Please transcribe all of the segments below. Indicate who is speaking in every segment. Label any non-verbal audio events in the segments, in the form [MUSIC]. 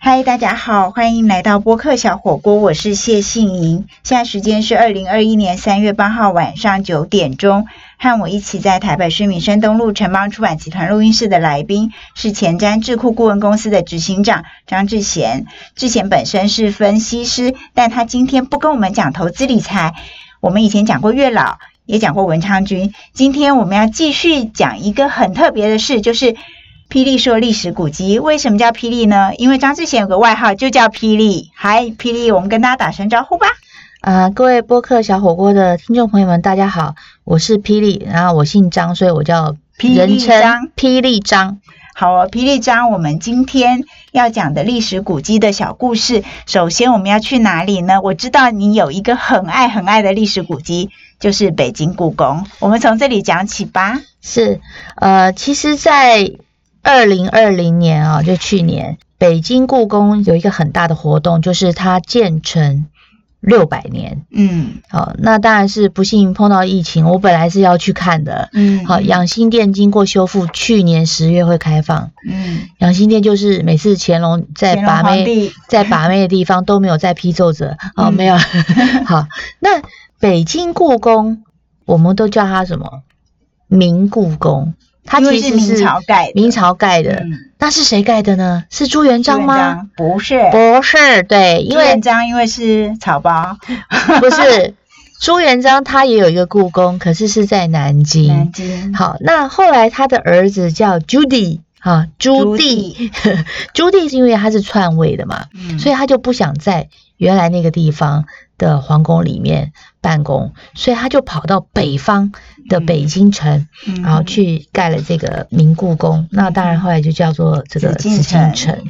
Speaker 1: 嗨，大家好，欢迎来到播客小火锅，我是谢杏莹。现在时间是二零二一年三月八号晚上九点钟，和我一起在台北市民生东路城邦出版集团录音室的来宾是前瞻智库顾问公司的执行长张志贤。志贤本身是分析师，但他今天不跟我们讲投资理财。我们以前讲过月老，也讲过文昌君，今天我们要继续讲一个很特别的事，就是霹雳说历史古迹为什么叫霹雳呢？因为张志贤有个外号就叫霹雳。嗨，霹雳，我们跟大家打声招呼吧。
Speaker 2: 啊、各位播客小火锅的听众朋友们，大家好，我是霹雳，然后我姓张，所以我叫
Speaker 1: 霹雳
Speaker 2: 人称
Speaker 1: 张
Speaker 2: 霹雳张。
Speaker 1: 好哦，霹雳张，我们今天要讲的历史古迹的小故事，首先我们要去哪里呢？我知道你有一个很爱很爱的历史古迹，就是北京故宫。我们从这里讲起吧。
Speaker 2: 是，呃，其实，在二零二零年啊、就去年，北京故宫有一个很大的活动，就是它建成六百年。
Speaker 1: 嗯
Speaker 2: 好、那当然是不幸碰到疫情，我本来是要去看的。
Speaker 1: 嗯，
Speaker 2: 好，养心殿经过修复，去年十月会开放。
Speaker 1: 嗯，
Speaker 2: 养心殿就是每次乾隆在
Speaker 1: 乾隆
Speaker 2: 呃把
Speaker 1: 皇
Speaker 2: 妹
Speaker 1: 帝，
Speaker 2: 在把妹的地方都没有在批奏折哦，
Speaker 1: 嗯
Speaker 2: 没
Speaker 1: [LAUGHS]
Speaker 2: 有。好，那北京故宫我们都叫它什么？明故宫，它
Speaker 1: 因为是
Speaker 2: 其实
Speaker 1: 明
Speaker 2: 是
Speaker 1: 朝盖的，
Speaker 2: 明朝盖的。
Speaker 1: 嗯
Speaker 2: 那是谁盖的呢？是朱元璋吗？？
Speaker 1: 朱元璋不是，
Speaker 2: 不是，对，因
Speaker 1: 朱元
Speaker 2: 为
Speaker 1: 璋因为是草包，
Speaker 2: 不是朱元璋，他也有一个故宫，可是是在南京。
Speaker 1: 南京。
Speaker 2: 嗯好，那后来他的儿子叫 Judy 啊，朱棣， [LAUGHS] 朱棣是因为他是篡位的嘛，
Speaker 1: 嗯，
Speaker 2: 所以他就不想在原来那个地方的皇宫里面办公，所以他就跑到北方的北京城，
Speaker 1: 嗯
Speaker 2: 然后去盖了这个明故宫。那当然后来就叫做这个
Speaker 1: 紫禁
Speaker 2: 紫禁
Speaker 1: 城
Speaker 2: 城。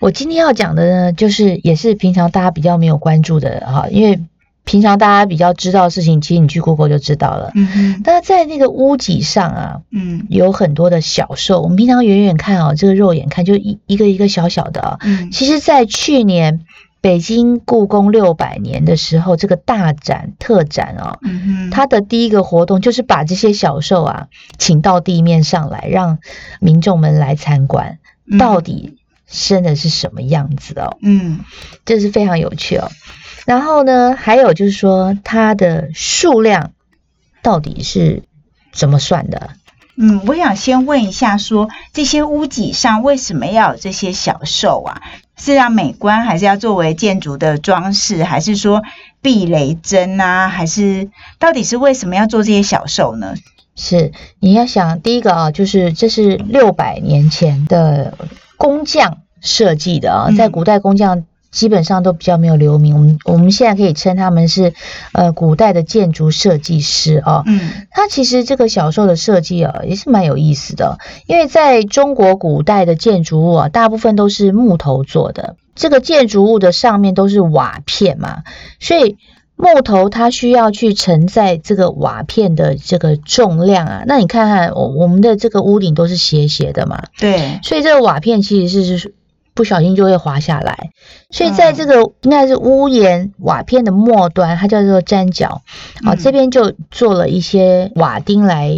Speaker 2: 我今天要讲的呢，就是也是平常大家比较没有关注的哈，因为平常大家比较知道的事情，其实你去 Google 就知道了。
Speaker 1: 嗯哼
Speaker 2: 那在那个屋脊上啊，
Speaker 1: 嗯
Speaker 2: 有很多的小兽。我们平常远远看哦，这个肉眼看就一一个一个小小的啊、
Speaker 1: 嗯
Speaker 2: 其实，在去年北京故宫六百年的时候，这个大展特展哦，
Speaker 1: 嗯哼，
Speaker 2: 它的第一个活动就是把这些小兽啊，请到地面上来，让民众们来参观，
Speaker 1: 嗯
Speaker 2: 到底生的是什么样子哦，
Speaker 1: 嗯
Speaker 2: 这是非常有趣哦。然后呢，还有就是说它的数量到底是怎么算的？
Speaker 1: 嗯，我想先问一下说，这些屋脊上为什么要有这些小兽啊？是要美观，还是要作为建筑的装饰，还是说避雷针啊？还是到底是为什么要做这些小兽呢？
Speaker 2: 是你要想第一个啊，就是这是六百年前的工匠设计的啊，
Speaker 1: 嗯
Speaker 2: 在古代工匠基本上都比较没有留名，我们我们现在可以称他们是呃古代的建筑设计师啊。
Speaker 1: 嗯
Speaker 2: 它其实这个小兽的设计啊，也是蛮有意思的，因为在中国古代的建筑物啊，大部分都是木头做的，这个建筑物的上面都是瓦片嘛，所以木头它需要去承载这个瓦片的这个重量啊。那你看看我我们的这个屋顶都是斜斜的嘛，
Speaker 1: 对，
Speaker 2: 所以这个瓦片其实是是不小心就会滑下来。所以在这
Speaker 1: 嗯
Speaker 2: 个应该是屋檐瓦片的末端，它叫做粘脚，啊、
Speaker 1: 嗯
Speaker 2: 这边就做了一些瓦钉来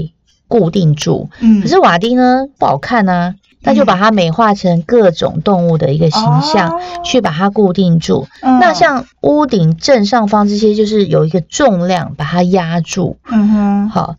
Speaker 2: 固定住。
Speaker 1: 嗯
Speaker 2: 可是瓦钉呢不好看啊，那就把它美化成各种动物的一个形象。
Speaker 1: 哦
Speaker 2: 去把它固定住。
Speaker 1: 嗯
Speaker 2: 那像屋顶正上方这些，就是有一个重量把它压住。
Speaker 1: 嗯哼
Speaker 2: 好，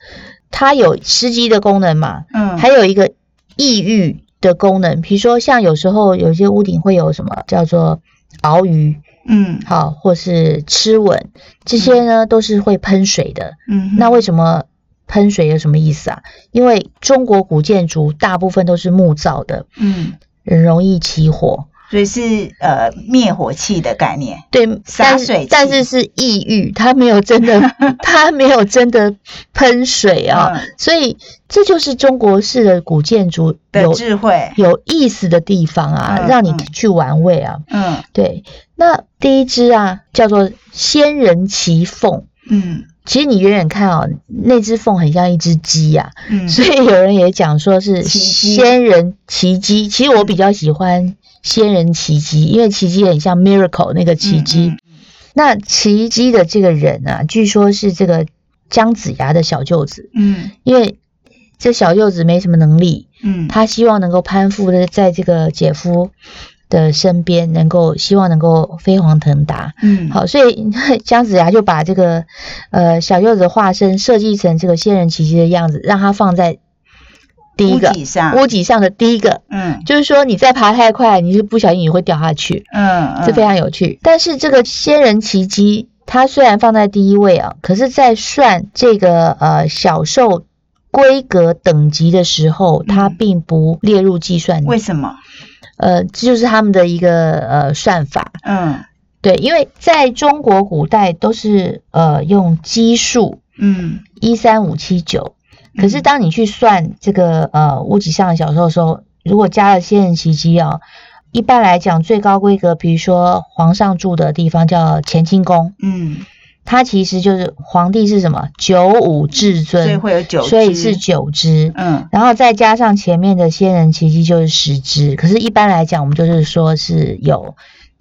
Speaker 2: 它有吃鸡的功能嘛？
Speaker 1: 嗯
Speaker 2: 还有一个抑郁的功能，比如说像有时候有些屋顶会有什么叫做鳌鱼，
Speaker 1: 嗯
Speaker 2: 好，或是吃吻，这些呢都是会喷水的。
Speaker 1: 嗯哼，
Speaker 2: 那为什么喷水有什么意思啊？因为中国古建筑大部分都是木造的，
Speaker 1: 嗯，
Speaker 2: 很容易起火。
Speaker 1: 所以是呃灭火器的概念。
Speaker 2: 对，
Speaker 1: 洒
Speaker 2: 但
Speaker 1: 水
Speaker 2: 是但
Speaker 1: 器
Speaker 2: 是是抑郁，它没有真
Speaker 1: [LAUGHS]
Speaker 2: 的，它没有真的喷水啊、
Speaker 1: 嗯
Speaker 2: 所以这就是中国式的古建筑
Speaker 1: 的
Speaker 2: 有
Speaker 1: 智慧，
Speaker 2: 有意思的地方啊，
Speaker 1: 嗯
Speaker 2: 让你
Speaker 1: 嗯
Speaker 2: 去玩味啊。
Speaker 1: 嗯
Speaker 2: 对，那第一只啊叫做仙人骑凤，
Speaker 1: 嗯
Speaker 2: 其实你远远看哦，那只凤很像一只鸡呀、
Speaker 1: 嗯，
Speaker 2: 所以有人也讲说是
Speaker 1: 骑鸡
Speaker 2: 仙人骑鸡。其实我比较喜欢仙人骑鸡，因为骑鸡很像 miracle 那个骑鸡。
Speaker 1: 嗯
Speaker 2: 那骑鸡的这个人啊，据说是这个姜子牙的小舅子，
Speaker 1: 嗯
Speaker 2: 因为这小舅子没什么能力，
Speaker 1: 嗯，
Speaker 2: 他希望能够攀附的在这个姐夫的身边，能够希望能够飞黄腾达。
Speaker 1: 嗯，
Speaker 2: 好，所以 [LAUGHS] 姜子牙就把这个呃小柚子的化身设计成这个仙人奇迹的样子，让它放在第一
Speaker 1: 屋
Speaker 2: 个
Speaker 1: 脊上，
Speaker 2: 屋脊上的第一个，
Speaker 1: 嗯
Speaker 2: 就是说你再爬太快，你是不小心你会掉下去。
Speaker 1: 嗯，嗯
Speaker 2: 这非常有趣。但是这个仙人奇迹，它虽然放在第一位啊，可是，在算这个呃小兽规格等级的时候，它
Speaker 1: 嗯
Speaker 2: 并不列入计算。
Speaker 1: 为什么？
Speaker 2: 呃，这就是他们的一个呃算法。
Speaker 1: 嗯
Speaker 2: 对，因为在中国古代都是呃用奇数
Speaker 1: 嗯，
Speaker 2: 一三五七九，可是当你去算这个呃屋脊上的小兽的时候，如果加了仙人奇迹啊，一般来讲最高规格，比如说皇上住的地方叫乾清宫，
Speaker 1: 嗯，
Speaker 2: 它其实就是皇帝是什么九五至
Speaker 1: 所以
Speaker 2: 尊，
Speaker 1: 会有九只，
Speaker 2: 所以是九只。
Speaker 1: 嗯
Speaker 2: 然后再加上前面的仙人奇迹就是十只，可是，一般来讲，我们就是说是有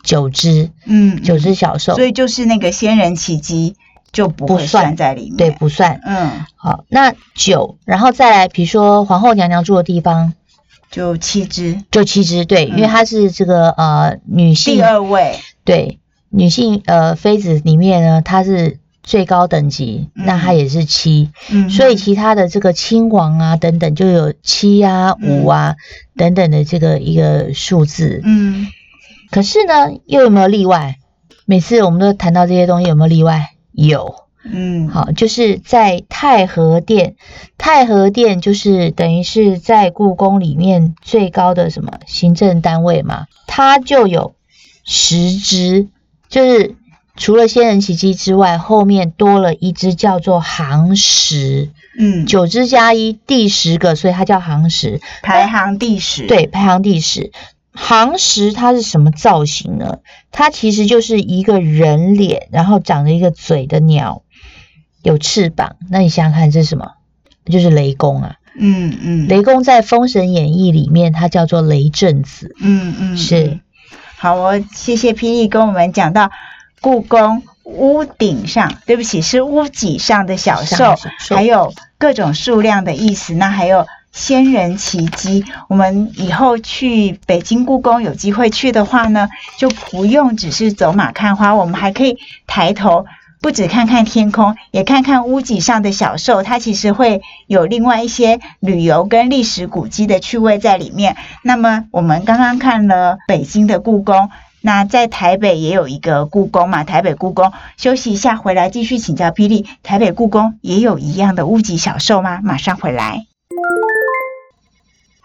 Speaker 2: 九只
Speaker 1: 嗯，
Speaker 2: 九只小兽，
Speaker 1: 所以就是那个仙人奇迹就不
Speaker 2: 不
Speaker 1: 会
Speaker 2: 算
Speaker 1: 算在里面，
Speaker 2: 对不算。
Speaker 1: 嗯，
Speaker 2: 好，那九，然后再来，比如说皇后娘娘住的地方，
Speaker 1: 就七只，
Speaker 2: 就七只，对，
Speaker 1: 嗯
Speaker 2: 因为她是这个呃女
Speaker 1: 第
Speaker 2: 性，
Speaker 1: 二位，
Speaker 2: 对女性呃妃子里面呢，她是最高等级，
Speaker 1: 嗯
Speaker 2: 那她也是七，
Speaker 1: 嗯，
Speaker 2: 所以其他的这个亲王啊等等就有七啊
Speaker 1: 嗯
Speaker 2: 五啊、等等的这个一个数字。
Speaker 1: 嗯
Speaker 2: 可是呢，又有没有例外？每次我们都谈到这些东西，有没有例外？有，
Speaker 1: 嗯，
Speaker 2: 好，就是在太和殿，太和殿就是等于是在故宫里面最高的什么行政单位嘛，它就有十只，就是除了仙人奇迹之外，后面多了一只叫做行十，
Speaker 1: 嗯，
Speaker 2: 九只加一，第十个，所以它叫行十，
Speaker 1: 排行第十，，
Speaker 2: 对，排行第十。行十它是什么造型呢？它其实就是一个人脸，然后长着一个嘴的鸟，有翅膀。那你想想看，这是什么？就是雷公啊！
Speaker 1: 嗯嗯，
Speaker 2: 雷公在《封神演义》里面，它叫做雷震子。
Speaker 1: 嗯嗯，
Speaker 2: 是
Speaker 1: 嗯。好哦，谢谢霹雳跟我们讲到故宫屋顶上，对不起，是屋脊上的小兽，
Speaker 2: 小兽
Speaker 1: 还有各种数量的意思，那还有。仙人奇迹，我们以后去北京故宫有机会去的话呢，就不用只是走马看花，我们还可以抬头，不只看看天空，也看看屋脊上的小兽，它其实会有另外一些旅游跟历史古迹的趣味在里面。那么我们刚刚看了北京的故宫，那在台北也有一个故宫嘛，台北故宫。休息一下，回来继续请教霹雳，台北故宫也有一样的屋脊小兽吗？马上回来。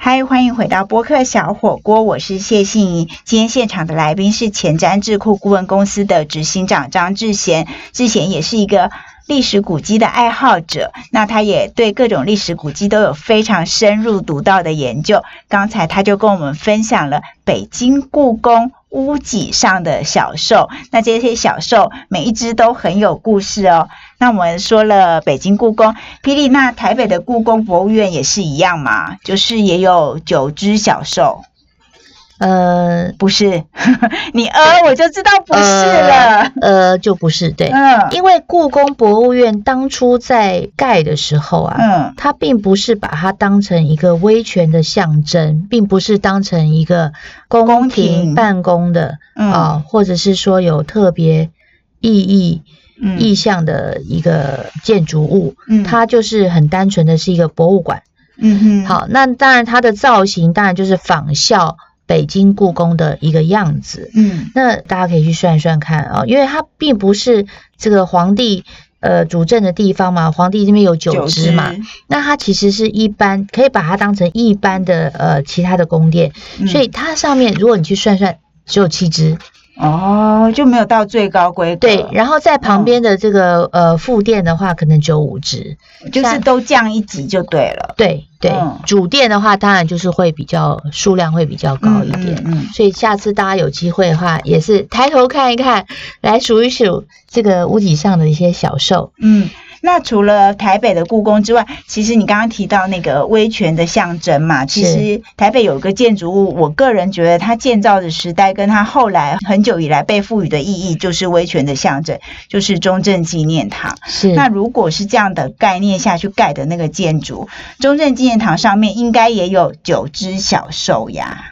Speaker 1: 嗨，欢迎回到播客小火锅，我是谢杏怡。今天现场的来宾是前瞻智库顾问公司的执行长张志贤，志贤也是一个历史古迹的爱好者，那他也对各种历史古迹都有非常深入独到的研究。刚才他就跟我们分享了北京故宫屋脊上的小兽，那这些小兽每一只都很有故事哦。那我们说了北京故宫，霹雳，那台北的故宫博物院也是一样嘛，就是也有九只小兽，
Speaker 2: 呃
Speaker 1: 不是？ [LAUGHS] 你呃，我就知道不是了。
Speaker 2: 呃，就不是对，
Speaker 1: 嗯
Speaker 2: 因为故宫博物院当初在盖的时候啊，
Speaker 1: 嗯
Speaker 2: 它并不是把它当成一个威权的象征，并不是当成一个宫
Speaker 1: 宫廷
Speaker 2: 廷办公的啊、
Speaker 1: 嗯
Speaker 2: 或者是说有特别意义、意
Speaker 1: 嗯
Speaker 2: 象的一个建筑物，
Speaker 1: 嗯
Speaker 2: 它就是很单纯的是一个博物馆。
Speaker 1: 嗯哼，
Speaker 2: 好，那当然它的造型当然就是仿效北京故宫的一个样子。
Speaker 1: 嗯
Speaker 2: 那大家可以去算一算看啊、因为它并不是这个皇帝呃主政的地方嘛，皇帝这边有九支嘛，，那它其实是一般可以把它当成一般的呃其他的宫殿，
Speaker 1: 嗯
Speaker 2: 所以它上面如果你去算算只有七支，
Speaker 1: 哦就没有到最高规格，
Speaker 2: 对，然后在旁边的这个
Speaker 1: 嗯
Speaker 2: 呃副殿的话可能只有五支，
Speaker 1: 就是都降一级就对了，
Speaker 2: 对对
Speaker 1: 嗯，
Speaker 2: 主殿的话当然就是会比较数量会比较高一点。
Speaker 1: 嗯嗯嗯
Speaker 2: 所以下次大家有机会的话，也是抬头看一看，来数一数这个屋脊上的一些小兽。
Speaker 1: 嗯，那除了台北的故宫之外，其实你刚刚提到那个威权的象征嘛，其实台北有一个建筑物，我个人觉得它建造的时代跟它后来很久以来被赋予的意义，就是威权的象征，就是中正纪念堂。
Speaker 2: 是，
Speaker 1: 那如果是这样的概念下去盖的那个建筑，中正纪念堂上面应该也有九只小兽呀。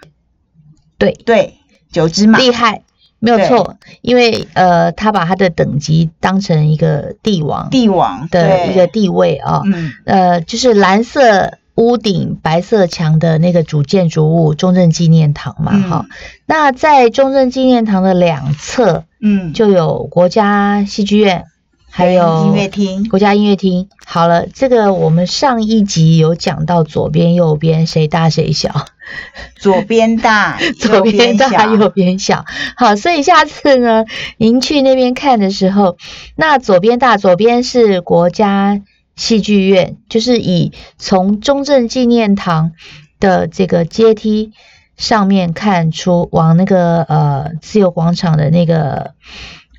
Speaker 2: 对
Speaker 1: 对，九芝麻，
Speaker 2: 厉害，没有错，因为呃，他把他的等级当成一个帝王
Speaker 1: 帝王
Speaker 2: 的
Speaker 1: 对
Speaker 2: 一个地位啊、
Speaker 1: 嗯，
Speaker 2: 呃，就是蓝色屋顶、白色墙的那个主建筑物中正纪念堂嘛，
Speaker 1: 嗯
Speaker 2: 哈、那在中正纪念堂的两侧
Speaker 1: 嗯，
Speaker 2: 就有国家戏剧院，还有
Speaker 1: 音乐厅，
Speaker 2: 国家音乐厅。好了，这个我们上一集有讲到左边右边谁大谁小，
Speaker 1: 左边大，
Speaker 2: [LAUGHS] 左边大
Speaker 1: 小，
Speaker 2: 右边小。好，所以下次呢，您去那边看的时候，那左边大，左边是国家戏剧院，就是以从中正纪念堂的这个阶梯。上面看出往那个呃自由广场的那个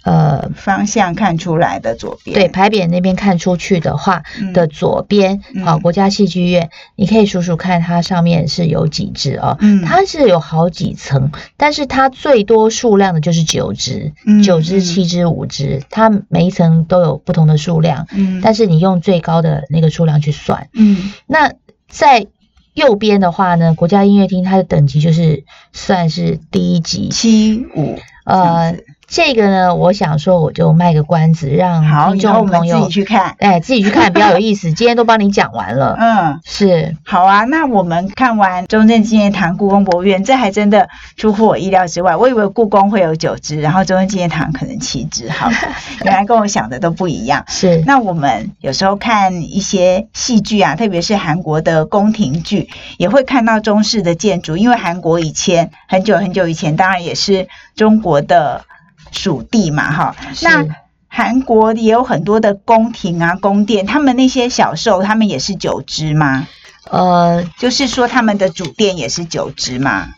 Speaker 2: 呃
Speaker 1: 方向看出来的左边，
Speaker 2: 对，牌匾那边看出去的话，
Speaker 1: 嗯
Speaker 2: 的左边，
Speaker 1: 嗯
Speaker 2: 好、国家戏剧院，你可以数数看它上面是有几只哦。
Speaker 1: 嗯，
Speaker 2: 它是有好几层，但是它最多数量的就是九只，
Speaker 1: 嗯
Speaker 2: 九只、七，只、五只，它每一层都有不同的数量，
Speaker 1: 嗯，
Speaker 2: 但是你用最高的那个数量去算。
Speaker 1: 嗯
Speaker 2: 那在右边的话呢，国家音乐厅它的等级就是算是第一级，
Speaker 1: 七五，
Speaker 2: 呃，这个呢，我想说我就卖个关子，让
Speaker 1: 好，
Speaker 2: 嗯听
Speaker 1: 以后我
Speaker 2: 众
Speaker 1: 们
Speaker 2: 朋
Speaker 1: 自己
Speaker 2: 友
Speaker 1: 去看，
Speaker 2: 哎，自己去看比较有
Speaker 1: [LAUGHS]
Speaker 2: 意思。今天都帮你讲完了，
Speaker 1: 嗯。
Speaker 2: 是
Speaker 1: 好啊，那我们看完中正纪念堂、故宫博物院，这还真的出乎我意料之外。我以为故宫会有九只，然后中正纪念堂可能七只，好了，
Speaker 2: [LAUGHS]
Speaker 1: 原来跟我想的都不一样。
Speaker 2: 是，
Speaker 1: 那我们有时候看一些戏剧啊，特别是韩国的宫廷剧，也会看到中式的建筑，因为韩国以前很久很久以前，当然也是中国的属地嘛，哈。
Speaker 2: 是
Speaker 1: 那韩国也有很多的宫廷啊、宫殿，他们那些小兽，他们也是九只吗？
Speaker 2: 呃，
Speaker 1: 就是说他们的主店也是九只嘛？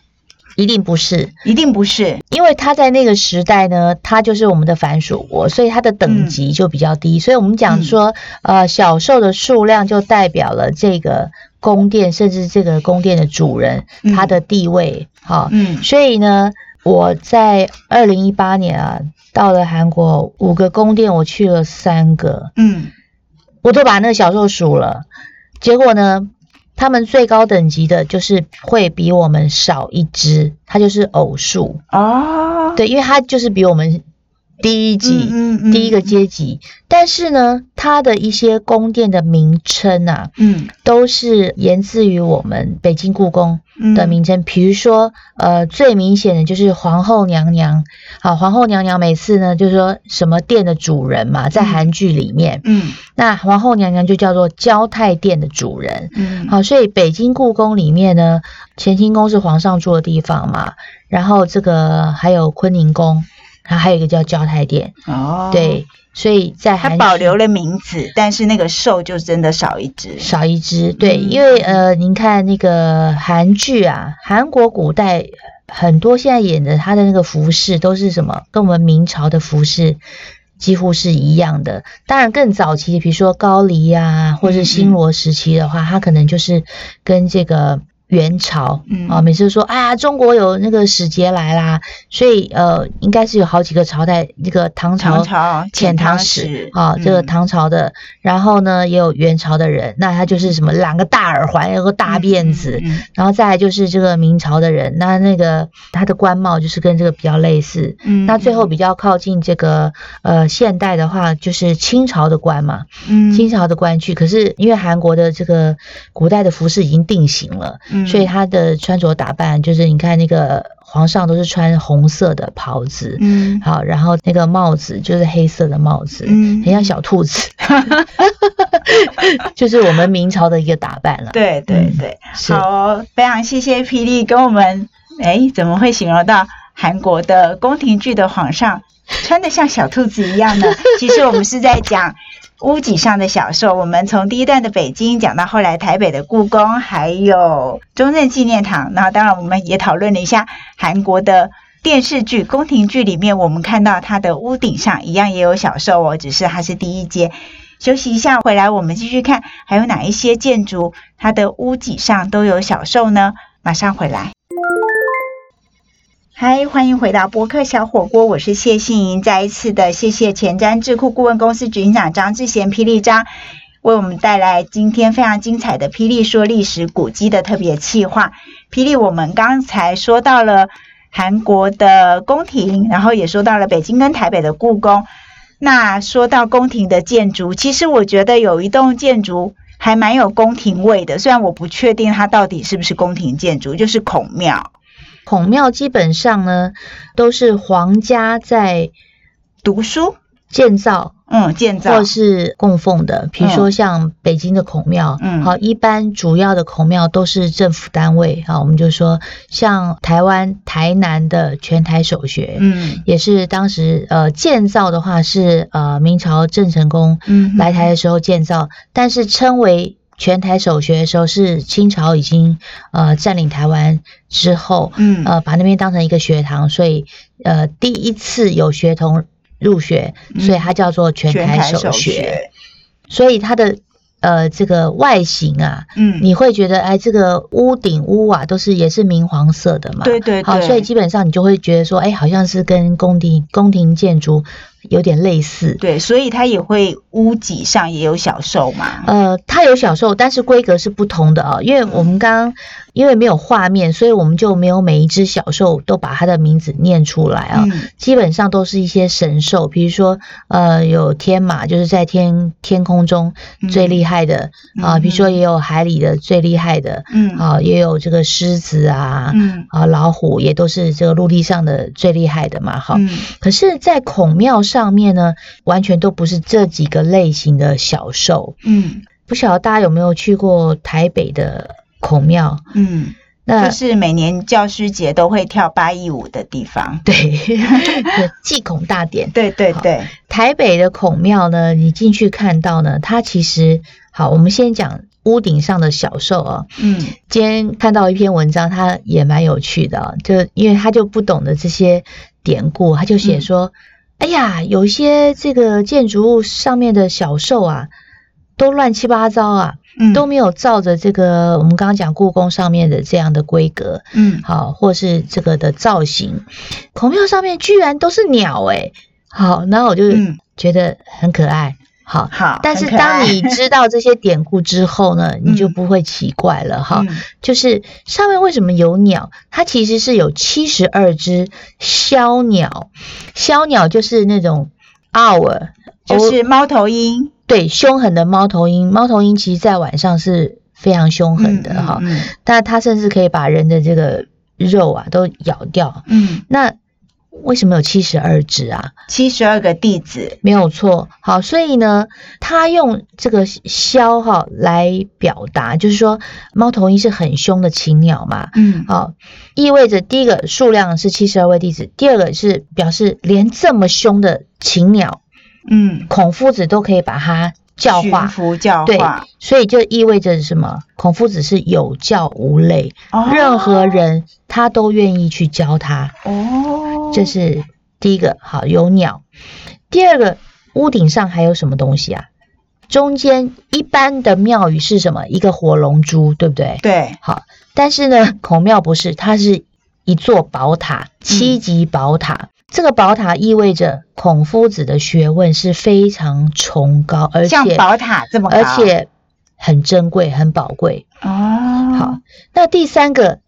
Speaker 2: 一定不是，
Speaker 1: 一定不是，
Speaker 2: 因为它在那个时代呢，它就是我们的藩属国，所以它的等级就比较低。所以我们讲说，呃，小兽的数量就代表了这个宫殿，甚至这个宫殿的主人
Speaker 1: 嗯
Speaker 2: 他的地位。好、
Speaker 1: 嗯
Speaker 2: 所以呢，我在二零一八年啊，到了韩国五个宫殿，我去了三个。
Speaker 1: 嗯
Speaker 2: 我都把那个小兽数了，结果呢，他们最高等级的就是会比我们少一只，它就是偶数，
Speaker 1: 哦，
Speaker 2: 对，因为它就是比我们低一级，
Speaker 1: 嗯嗯
Speaker 2: 第一个，阶级。但是呢，它的一些宫殿的名称啊，
Speaker 1: 嗯
Speaker 2: 都是源自于我们北京故宫
Speaker 1: 嗯
Speaker 2: 的名称，比如说，呃，最明显的就是皇后娘娘，好，皇后娘娘每次呢就是说什么殿的主人嘛，在
Speaker 1: 嗯
Speaker 2: 韩剧里面，
Speaker 1: 嗯
Speaker 2: 那皇后娘娘就叫做交泰殿的主人。
Speaker 1: 嗯，
Speaker 2: 好，所以北京故宫里面呢，乾清宫是皇上住的地方嘛，然后这个还有坤宁宫，然后还有一个叫交泰殿，
Speaker 1: 哦，，
Speaker 2: 对，所以在
Speaker 1: 它
Speaker 2: 韩
Speaker 1: 保
Speaker 2: 剧
Speaker 1: 留了名字，但是那个兽就真的少一只，
Speaker 2: 少一只，对，
Speaker 1: 嗯
Speaker 2: 因为呃，您看那个韩剧啊，韩国古代很多现在演的，他的那个服饰都是什么，跟我们明朝的服饰几乎是一样的。当然，更早期，比如说高丽
Speaker 1: 嗯
Speaker 2: 啊，或是新罗时期的话，它可能就是跟这个。元朝
Speaker 1: 嗯
Speaker 2: 啊，每次说啊，中国有那个使节来啦，所以呃，应该是有好几个朝代，那个唐
Speaker 1: 唐
Speaker 2: 朝、
Speaker 1: 朝
Speaker 2: 遣唐使
Speaker 1: 使
Speaker 2: 啊，这个
Speaker 1: 嗯
Speaker 2: 唐朝的，然后呢也有元朝的人，那他就是什么两个大耳环，有个大辫子，
Speaker 1: 嗯嗯
Speaker 2: 然后再来就是这个明朝的人，那那个他的官帽就是跟这个比较类似。
Speaker 1: 嗯
Speaker 2: 那最后比
Speaker 1: 较
Speaker 2: 较靠近这个呃现代的话，就是清朝的官嘛，
Speaker 1: 嗯
Speaker 2: 清朝的官去。可是因为韩国的这个古代的服饰已经定型了，
Speaker 1: 嗯
Speaker 2: 所以他的穿着打扮就是你看那个皇上都是穿红色的袍子，
Speaker 1: 嗯
Speaker 2: 好，然后那个帽子就是黑色的帽子，
Speaker 1: 嗯
Speaker 2: 很像小
Speaker 1: [LAUGHS]
Speaker 2: 兔子，就是我们明朝的一个打扮了。，嗯
Speaker 1: 对对对，
Speaker 2: 是
Speaker 1: 好哦，非常谢谢霹雳跟我们，哎，怎么会形容到韩国的宫廷剧的皇上穿得像小兔子一样呢？ [LAUGHS] 其实我们是在讲。屋脊上的小兽，我们从第一段的北京讲到后来台北的故宫，还有中正纪念堂。那当然，我们也讨论了一下韩国的电视剧、宫廷剧里面，我们看到它的屋顶上一样也有小兽哦，只是它是第一阶。休息一下，回来我们继续看还有哪一些建筑它的屋脊上都有小兽呢？马上回来。嗨，欢迎回到博客小火锅，我是谢杏莹。再一次的谢谢前瞻智库顾问公司执行长张志贤、霹雳张，为我们带来今天非常精彩的《霹雳说历史古迹》的特别企划。霹雳，我们刚才说到了韩国的宫廷，然后也说到了北京跟台北的故宫。那说到宫廷的建筑，其实我觉得有一栋建筑还蛮有宫廷味的，虽然我不确定它到底是不是宫廷建筑，就是孔庙。
Speaker 2: 孔庙基本上呢都是皇家在
Speaker 1: 读书，
Speaker 2: 建造
Speaker 1: 嗯，建造
Speaker 2: 或是供奉的，比如说像北京的孔庙，
Speaker 1: 嗯
Speaker 2: 好，一般主要的孔庙都是政府单位，好，我们就说像台湾台南的全台首学，
Speaker 1: 嗯
Speaker 2: 也是当时呃建造的话是呃明朝郑成功
Speaker 1: 嗯
Speaker 2: 来台的时候建造，但是称为全台首学的时候是清朝已经呃占领台湾之后，
Speaker 1: 嗯
Speaker 2: 呃把那边当成一个学堂，所以呃第一次有学童入学，所以它叫做全
Speaker 1: 嗯全
Speaker 2: 台
Speaker 1: 台
Speaker 2: 首
Speaker 1: 首
Speaker 2: 学，
Speaker 1: 学，
Speaker 2: 所以它的呃这个外形啊。
Speaker 1: 嗯，
Speaker 2: 你会觉得，哎，这个屋顶、屋瓦、都是也是明黄色的嘛？
Speaker 1: 对对
Speaker 2: 好，
Speaker 1: 对
Speaker 2: 所以基本上你就会觉得说，哎，好像是跟宫廷宫廷建筑有点类似。
Speaker 1: 对，所以它也会屋脊上也有小兽嘛。
Speaker 2: 呃，它有小兽，但是规格是不同的啊、因为我们刚刚因为没有画面，所以我们就没有每一只小兽都把它的名字念出来啊、
Speaker 1: 嗯
Speaker 2: 基本上都是一些神兽，比如说呃有天马，就是在天天空中最厉害的
Speaker 1: 嗯
Speaker 2: 啊、比如说
Speaker 1: 嗯
Speaker 2: 也有海里的最厉害的
Speaker 1: 嗯
Speaker 2: 啊、也有这个狮子啊。
Speaker 1: 嗯
Speaker 2: 啊，老虎也都是这个陆地上的最厉害的嘛，哈、
Speaker 1: 嗯
Speaker 2: 可是，在孔庙上面呢，完全都不是这几个类型的小兽。
Speaker 1: 嗯
Speaker 2: 不晓得大家有没有去过台北的孔庙？
Speaker 1: 嗯，
Speaker 2: 那、
Speaker 1: 就
Speaker 2: [LAUGHS]
Speaker 1: 是每年教师节都会跳八一舞的地方。
Speaker 2: 对 [LAUGHS] 祭孔大典，
Speaker 1: 对对对，
Speaker 2: 台北的孔庙呢，你进去看到呢，它其实好，我们先讲屋顶上的小兽哦。
Speaker 1: 嗯
Speaker 2: 今天看到一篇文章，它也蛮有趣的、哦，就因为他就不懂得这些典故，他就写说：“
Speaker 1: 嗯
Speaker 2: 哎呀，有一些这个建筑物上面的小兽啊，都乱七八糟啊，
Speaker 1: 嗯
Speaker 2: 都没有照着这个我们刚刚讲故宫上面的这样的规格，
Speaker 1: 嗯
Speaker 2: 好，或是这个的造型，孔庙上面居然都是鸟哎、好，然后我就
Speaker 1: 嗯
Speaker 2: 觉得很可爱，好。
Speaker 1: 好，
Speaker 2: 但是
Speaker 1: 很可爱 [LAUGHS]
Speaker 2: 当你知道这些典故之后呢，你就不会奇怪了哈。
Speaker 1: 嗯
Speaker 2: 就是上面为什么有鸟？它其实是有七十二只枭鸟，枭鸟就是那种 owl，
Speaker 1: 就是猫头鹰
Speaker 2: 对，凶狠的猫头鹰。猫头鹰其实在晚上是非常凶狠的哈。
Speaker 1: 嗯
Speaker 2: 但它甚至可以把人的这个肉啊都咬掉。
Speaker 1: 嗯，
Speaker 2: 那为什么有七十二只啊？
Speaker 1: 七十二个弟子，
Speaker 2: 没有错，好，所以呢，它用这个枭哈来表达，就是说猫头鹰是很凶的禽鸟嘛。
Speaker 1: 嗯
Speaker 2: 好，意味着第一个数量是七十二位弟子，第二个是表示连这么凶的禽鸟
Speaker 1: 嗯，
Speaker 2: 孔夫子都可以把它教
Speaker 1: 驯
Speaker 2: 化，
Speaker 1: 服教
Speaker 2: 对
Speaker 1: 化，，
Speaker 2: 所以就意味着什么？孔夫子是有教无类，
Speaker 1: 哦
Speaker 2: 任何人他都愿意去教他，
Speaker 1: 哦，
Speaker 2: 这是第一个。好，有鸟。第二个，屋顶上还有什么东西啊？中间一般的庙宇是什么？一个火龙珠，对不对？
Speaker 1: 对，
Speaker 2: 好，但是呢，孔庙不是，它是一座宝
Speaker 1: 嗯
Speaker 2: 塔，七级宝塔。这个宝塔意味着孔夫子的学问是非常崇高，而
Speaker 1: 像
Speaker 2: 且
Speaker 1: 宝塔这么高，
Speaker 2: 而且很珍贵、很宝贵。
Speaker 1: 哦，
Speaker 2: 好，那第三个，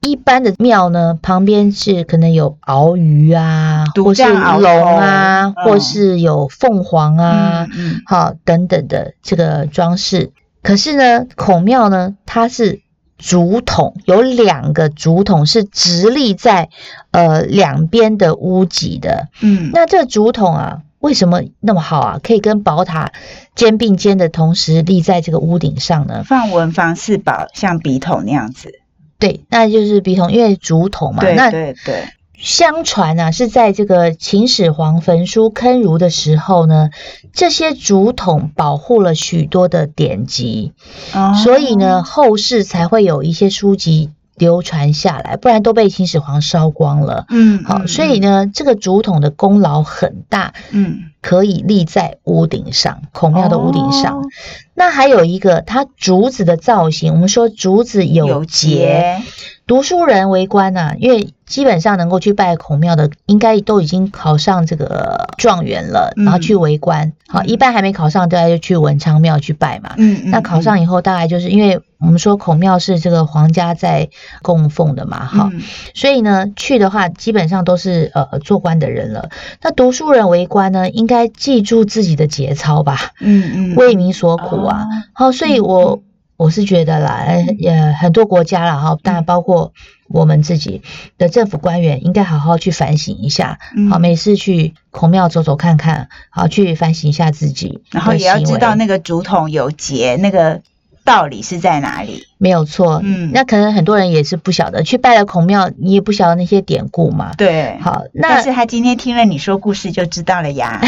Speaker 2: 一般的庙呢，旁边是可能有鳌鱼啊，
Speaker 1: 独
Speaker 2: 或是
Speaker 1: 占鳌头
Speaker 2: 龙啊，
Speaker 1: 嗯
Speaker 2: 或是有凤凰啊，
Speaker 1: 嗯嗯
Speaker 2: 好等等的这个装饰。可是呢，孔庙呢，它是竹筒，有两个竹筒是直立在呃两边的屋脊的。
Speaker 1: 嗯，
Speaker 2: 那这竹筒啊，为什么那么好啊？可以跟宝塔肩并肩的同时立在这个屋顶上呢？
Speaker 1: 放文房四宝，像笔筒那样子。
Speaker 2: 对，那就是笔筒，因为竹筒嘛。
Speaker 1: 对
Speaker 2: 那
Speaker 1: 对对，
Speaker 2: 相传啊，是在这个秦始皇焚书坑儒的时候呢，这些竹筒保护了许多的典籍，
Speaker 1: 哦
Speaker 2: 所以呢，，后世才会有一些书籍流传下来，不然都被秦始皇烧光了。
Speaker 1: 嗯，
Speaker 2: 好，
Speaker 1: 嗯
Speaker 2: 所以，呢，这个竹筒的功劳很大，
Speaker 1: 嗯，
Speaker 2: 可以立在屋顶上，孔
Speaker 1: 孔
Speaker 2: 庙的屋顶上。，
Speaker 1: 哦
Speaker 2: 那还有一个，它竹子的造型，我们说竹子有节，读书人为官呐、因为基本上能够去拜孔庙的，应该都已经考上这个状元了，
Speaker 1: 嗯
Speaker 2: 然后去为官。好，一般还没考上，大家就去文昌庙去拜嘛。
Speaker 1: 嗯嗯，
Speaker 2: 那考上以后，大概就是因为我们说孔庙是这个皇家在供奉的嘛，哈、
Speaker 1: 嗯，
Speaker 2: 所以呢，去的话基本上都是呃做官的人了。那读书人为官呢，应该记住自己的节操吧，
Speaker 1: 嗯嗯，
Speaker 2: 为民所苦
Speaker 1: 哦，
Speaker 2: 啊。好，所以我我是觉得啦，呃呃，很多国家啦，哈，当然包括我们自己的政府官员，应该好好去反省一下。
Speaker 1: 嗯
Speaker 2: 好，没事去孔庙走走看看，好去反省一下自己。
Speaker 1: 然后也要知道那个竹筒有节那个道理是在哪里。
Speaker 2: 没有错。
Speaker 1: 嗯，
Speaker 2: 那可能很多人也是不晓得，去拜了孔庙，你也不晓得那些典故嘛。
Speaker 1: 对。
Speaker 2: 好，那
Speaker 1: 但是他今天听了你说故事就知道了
Speaker 2: [LAUGHS]
Speaker 1: 呀。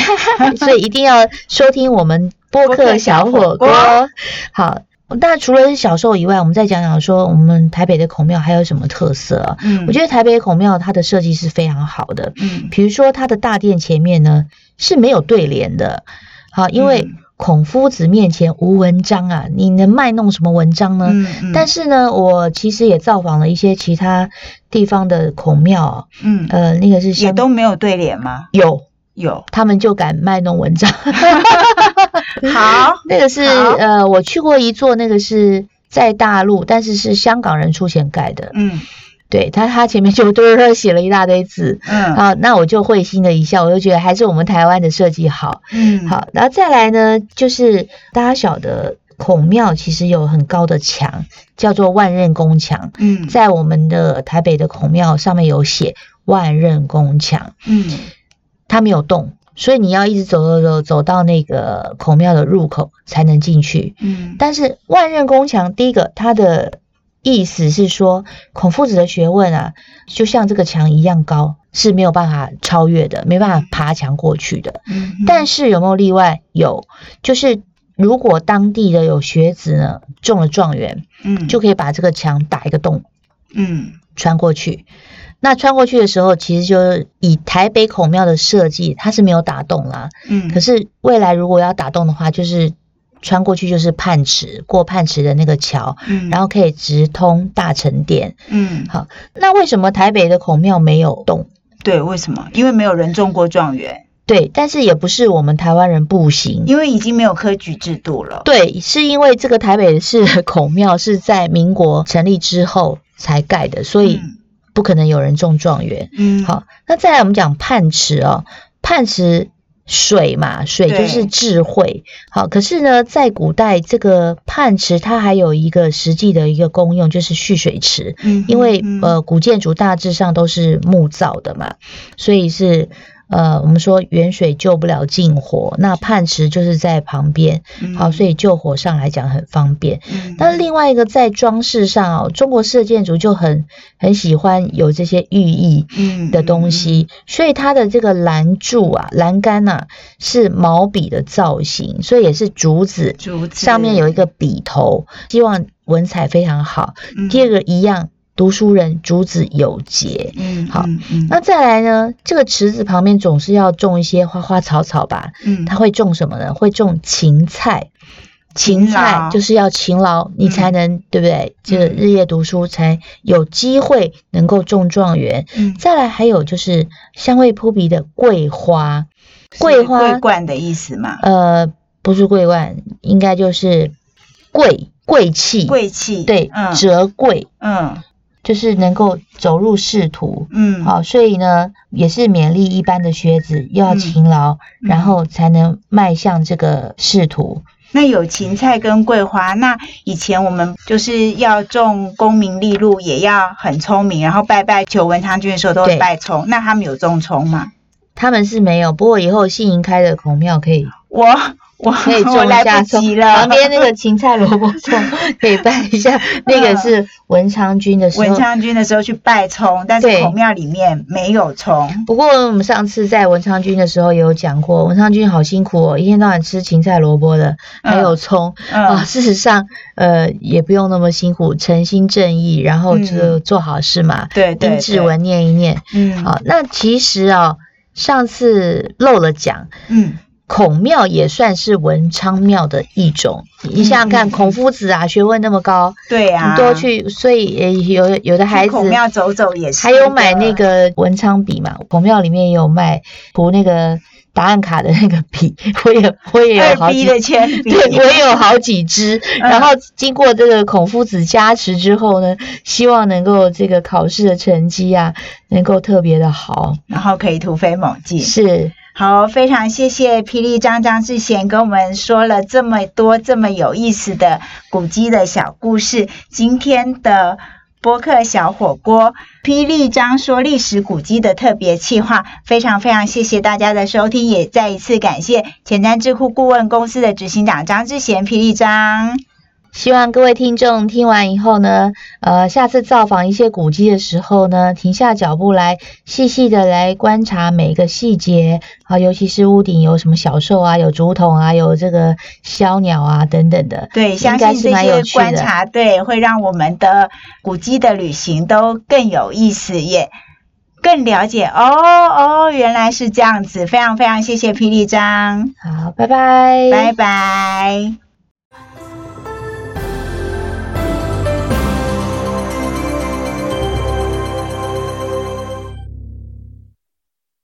Speaker 2: 所以一定要收听我们播客小火
Speaker 1: 播客小
Speaker 2: 锅。好，那除了小兽以外，我们再讲讲说我们台北的孔庙还有什么特色啊？
Speaker 1: 嗯，
Speaker 2: 我觉得台北孔庙它的设计是非常好的，
Speaker 1: 嗯
Speaker 2: 比如说它的大殿前面呢是没有对联的，好，因为
Speaker 1: 嗯
Speaker 2: 孔夫子面前无文章啊，你能卖弄什么文章呢？
Speaker 1: 嗯嗯，
Speaker 2: 但
Speaker 1: 是
Speaker 2: 是呢，我其实也造访了一些其他地方的孔庙啊，
Speaker 1: 嗯
Speaker 2: 呃，那个是
Speaker 1: 也
Speaker 2: 像
Speaker 1: 都没有对联吗？
Speaker 2: 有，
Speaker 1: 有，
Speaker 2: 他们就敢卖弄
Speaker 1: [LAUGHS]
Speaker 2: 文章。
Speaker 1: 好，
Speaker 2: 那个是
Speaker 1: 好
Speaker 2: 呃，我去过一座，那个是在大陆，但是是香港人出钱盖的。
Speaker 1: 嗯
Speaker 2: 对他，他前面就对对写了一大堆字。
Speaker 1: 嗯
Speaker 2: 好，那我就会心了一笑，我就觉得还是我们台湾的设计好。
Speaker 1: 嗯，
Speaker 2: 好，然后再来呢，就是大家晓得孔庙其实有很高的墙，叫做万仞宫墙，
Speaker 1: 嗯，
Speaker 2: 在我们的台北的孔庙上面有写万仞宫墙，
Speaker 1: 嗯
Speaker 2: 它没有动，所以你要一直走走走走到那个孔庙的入口才能进去。
Speaker 1: 嗯
Speaker 2: 但是万仞宫墙，第一个它的意思是说，孔夫子的学问啊，就像这个墙一样高，是没有办法超越的，没办法爬墙过去的。
Speaker 1: 嗯，
Speaker 2: 但是有没有例外？有，就是如果当地的有学子呢中了状元，
Speaker 1: 嗯
Speaker 2: 就可以把这个墙打一个洞
Speaker 1: 嗯
Speaker 2: 穿过去。那穿过去的时候，其实就是以台北孔庙的设计，它是没有打洞啦，
Speaker 1: 嗯，
Speaker 2: 可
Speaker 1: 是
Speaker 2: 是未来如果要打洞的话，就是穿过去就是泮池，过泮池的那个桥，
Speaker 1: 嗯，
Speaker 2: 然
Speaker 1: 后
Speaker 2: 后可以直通大成殿。
Speaker 1: 嗯，
Speaker 2: 那为什么台北的孔庙没有洞？
Speaker 1: 对，为什么？因为没有人中过状元，
Speaker 2: 对，但是也不是我们台湾人不行。
Speaker 1: 因为已经没有科举制度了。
Speaker 2: 对，是因为这个台北市的孔庙是在民国成立之后才盖的，所以
Speaker 1: 嗯
Speaker 2: 不可能有人中状元。
Speaker 1: 嗯，
Speaker 2: 好，那再来我们讲泮池哦，泮池水嘛，水
Speaker 1: 对
Speaker 2: 就是智慧。好，可是呢，在古代这个泮池它还有一个实际的一个功用，就是蓄水池。
Speaker 1: 嗯，嗯，
Speaker 2: 因为
Speaker 1: 嗯，
Speaker 2: 呃，古建筑大致上都是木造的嘛，所以是呃，我们说远水救不了近火，那泮池就是在旁边，好，所
Speaker 1: 以
Speaker 2: 以救火上来讲很方便。
Speaker 1: 嗯
Speaker 2: 那另外一个在装饰上哦，中国式的建筑就很很喜欢有这些寓意，
Speaker 1: 嗯
Speaker 2: 的东，西，所以它的这个栏柱啊、栏杆呐、是毛笔的造型，所以也是竹子
Speaker 1: 嗯，竹子
Speaker 2: 上面有一个笔头，希望文采非常好。第二
Speaker 1: 个，
Speaker 2: 个一样，读书人竹子有节。
Speaker 1: 嗯，
Speaker 2: 好
Speaker 1: 嗯，嗯
Speaker 2: 那再来呢？这个池子旁边总是要种一些花花草草吧？
Speaker 1: 嗯，
Speaker 2: 它会种什么呢？会种芹菜。芹
Speaker 1: 勤劳
Speaker 2: 菜就是要勤劳，你才能、对不对？这个
Speaker 1: 嗯
Speaker 2: 日夜读书才有机会能够中状元。
Speaker 1: 嗯
Speaker 2: 再来还有就是香味扑鼻的桂花，
Speaker 1: 是
Speaker 2: 桂花
Speaker 1: 桂冠的意思嘛，
Speaker 2: 呃，不是桂冠，应该就是贵贵气，
Speaker 1: 贵气，
Speaker 2: 对，
Speaker 1: 嗯
Speaker 2: 折桂
Speaker 1: 嗯
Speaker 2: 就是能够走入仕途。
Speaker 1: 嗯，
Speaker 2: 好、所以呢，也是勉励一般的学子，又要
Speaker 1: 嗯
Speaker 2: 勤劳，
Speaker 1: 嗯
Speaker 2: 然后才能迈向这个仕途。
Speaker 1: 那有芹菜跟桂花，那以前我们就是要种功名利禄，也要很聪明，然后拜拜求文昌君的时候都会
Speaker 2: 对
Speaker 1: 拜葱。那他们有种葱吗？
Speaker 2: 他们是没有，不过以后信营开的孔庙可
Speaker 1: [LAUGHS]
Speaker 2: 以
Speaker 1: 我我
Speaker 2: 可以
Speaker 1: 我
Speaker 2: 种一
Speaker 1: 来
Speaker 2: 下
Speaker 1: 不
Speaker 2: 葱
Speaker 1: 及，
Speaker 2: 旁
Speaker 1: 了。
Speaker 2: 边那个芹菜萝卜 [LAUGHS] 葱可以拜
Speaker 1: [LAUGHS]
Speaker 2: 一下，那个是文昌君的时
Speaker 1: 嗯文
Speaker 2: 候。
Speaker 1: 昌君的时候去拜葱，但是
Speaker 2: 对
Speaker 1: 孔庙里面没有葱。
Speaker 2: 不过我们上次在文昌君的时候也有讲过，文昌君好辛苦哦，一天到晚吃芹菜萝卜的，还有葱啊、
Speaker 1: 嗯
Speaker 2: 事实上，呃，也不用那么辛苦，诚心正义，然后就做好事嘛。
Speaker 1: 对嗯对
Speaker 2: 丁志
Speaker 1: 对，
Speaker 2: 文念一念，
Speaker 1: 嗯
Speaker 2: 哦好。那其实啊、上次漏了讲，
Speaker 1: 嗯
Speaker 2: 孔庙也算是文昌庙的一种。你想想看，孔夫子啊，学问那么高，
Speaker 1: 对嗯呀、啊，
Speaker 2: 你多去，所以呃有有的孩
Speaker 1: 去
Speaker 2: 子
Speaker 1: 孔庙走走也是，
Speaker 2: 还有买那，个文昌笔嘛，孔庙里面也有卖涂那个答案卡的那个笔， [LAUGHS] 我也我也有好
Speaker 1: 二 B
Speaker 2: 几
Speaker 1: 的铅笔，嗯
Speaker 2: 对，我也有好几支。然后经过这个孔夫子加持之后呢，希望能够这个考试的成绩啊，能够特别的好。
Speaker 1: 然后可以突飞猛进。
Speaker 2: 是，
Speaker 1: 好，非常谢谢霹雳张张志贤跟我们说了这么多这么有意思的古迹的小故事。今天的播客小火锅，霹雳张说历史古迹的特别企划，非常非常谢谢大家的收听，也再一次感谢前瞻智库顾问公司的执行长张志贤、霹雳张。
Speaker 2: 希望各位听众听完以后呢，呃，下次造访一些古迹的时候呢，停下脚步来细细的来观察每一个细节啊，尤其是屋顶有什么小兽啊，有竹筒啊，有这个枭鸟啊等等的。
Speaker 1: 对，相
Speaker 2: 应该
Speaker 1: 信
Speaker 2: 是
Speaker 1: 这
Speaker 2: 蛮有
Speaker 1: 些
Speaker 2: 趣
Speaker 1: 观
Speaker 2: 的
Speaker 1: 察，对，会让我们的古迹的旅行都更有意思，也更了解。哦哦，原来是这样子，非常非常谢谢霹雳张，
Speaker 2: 好，拜拜，
Speaker 1: 拜拜。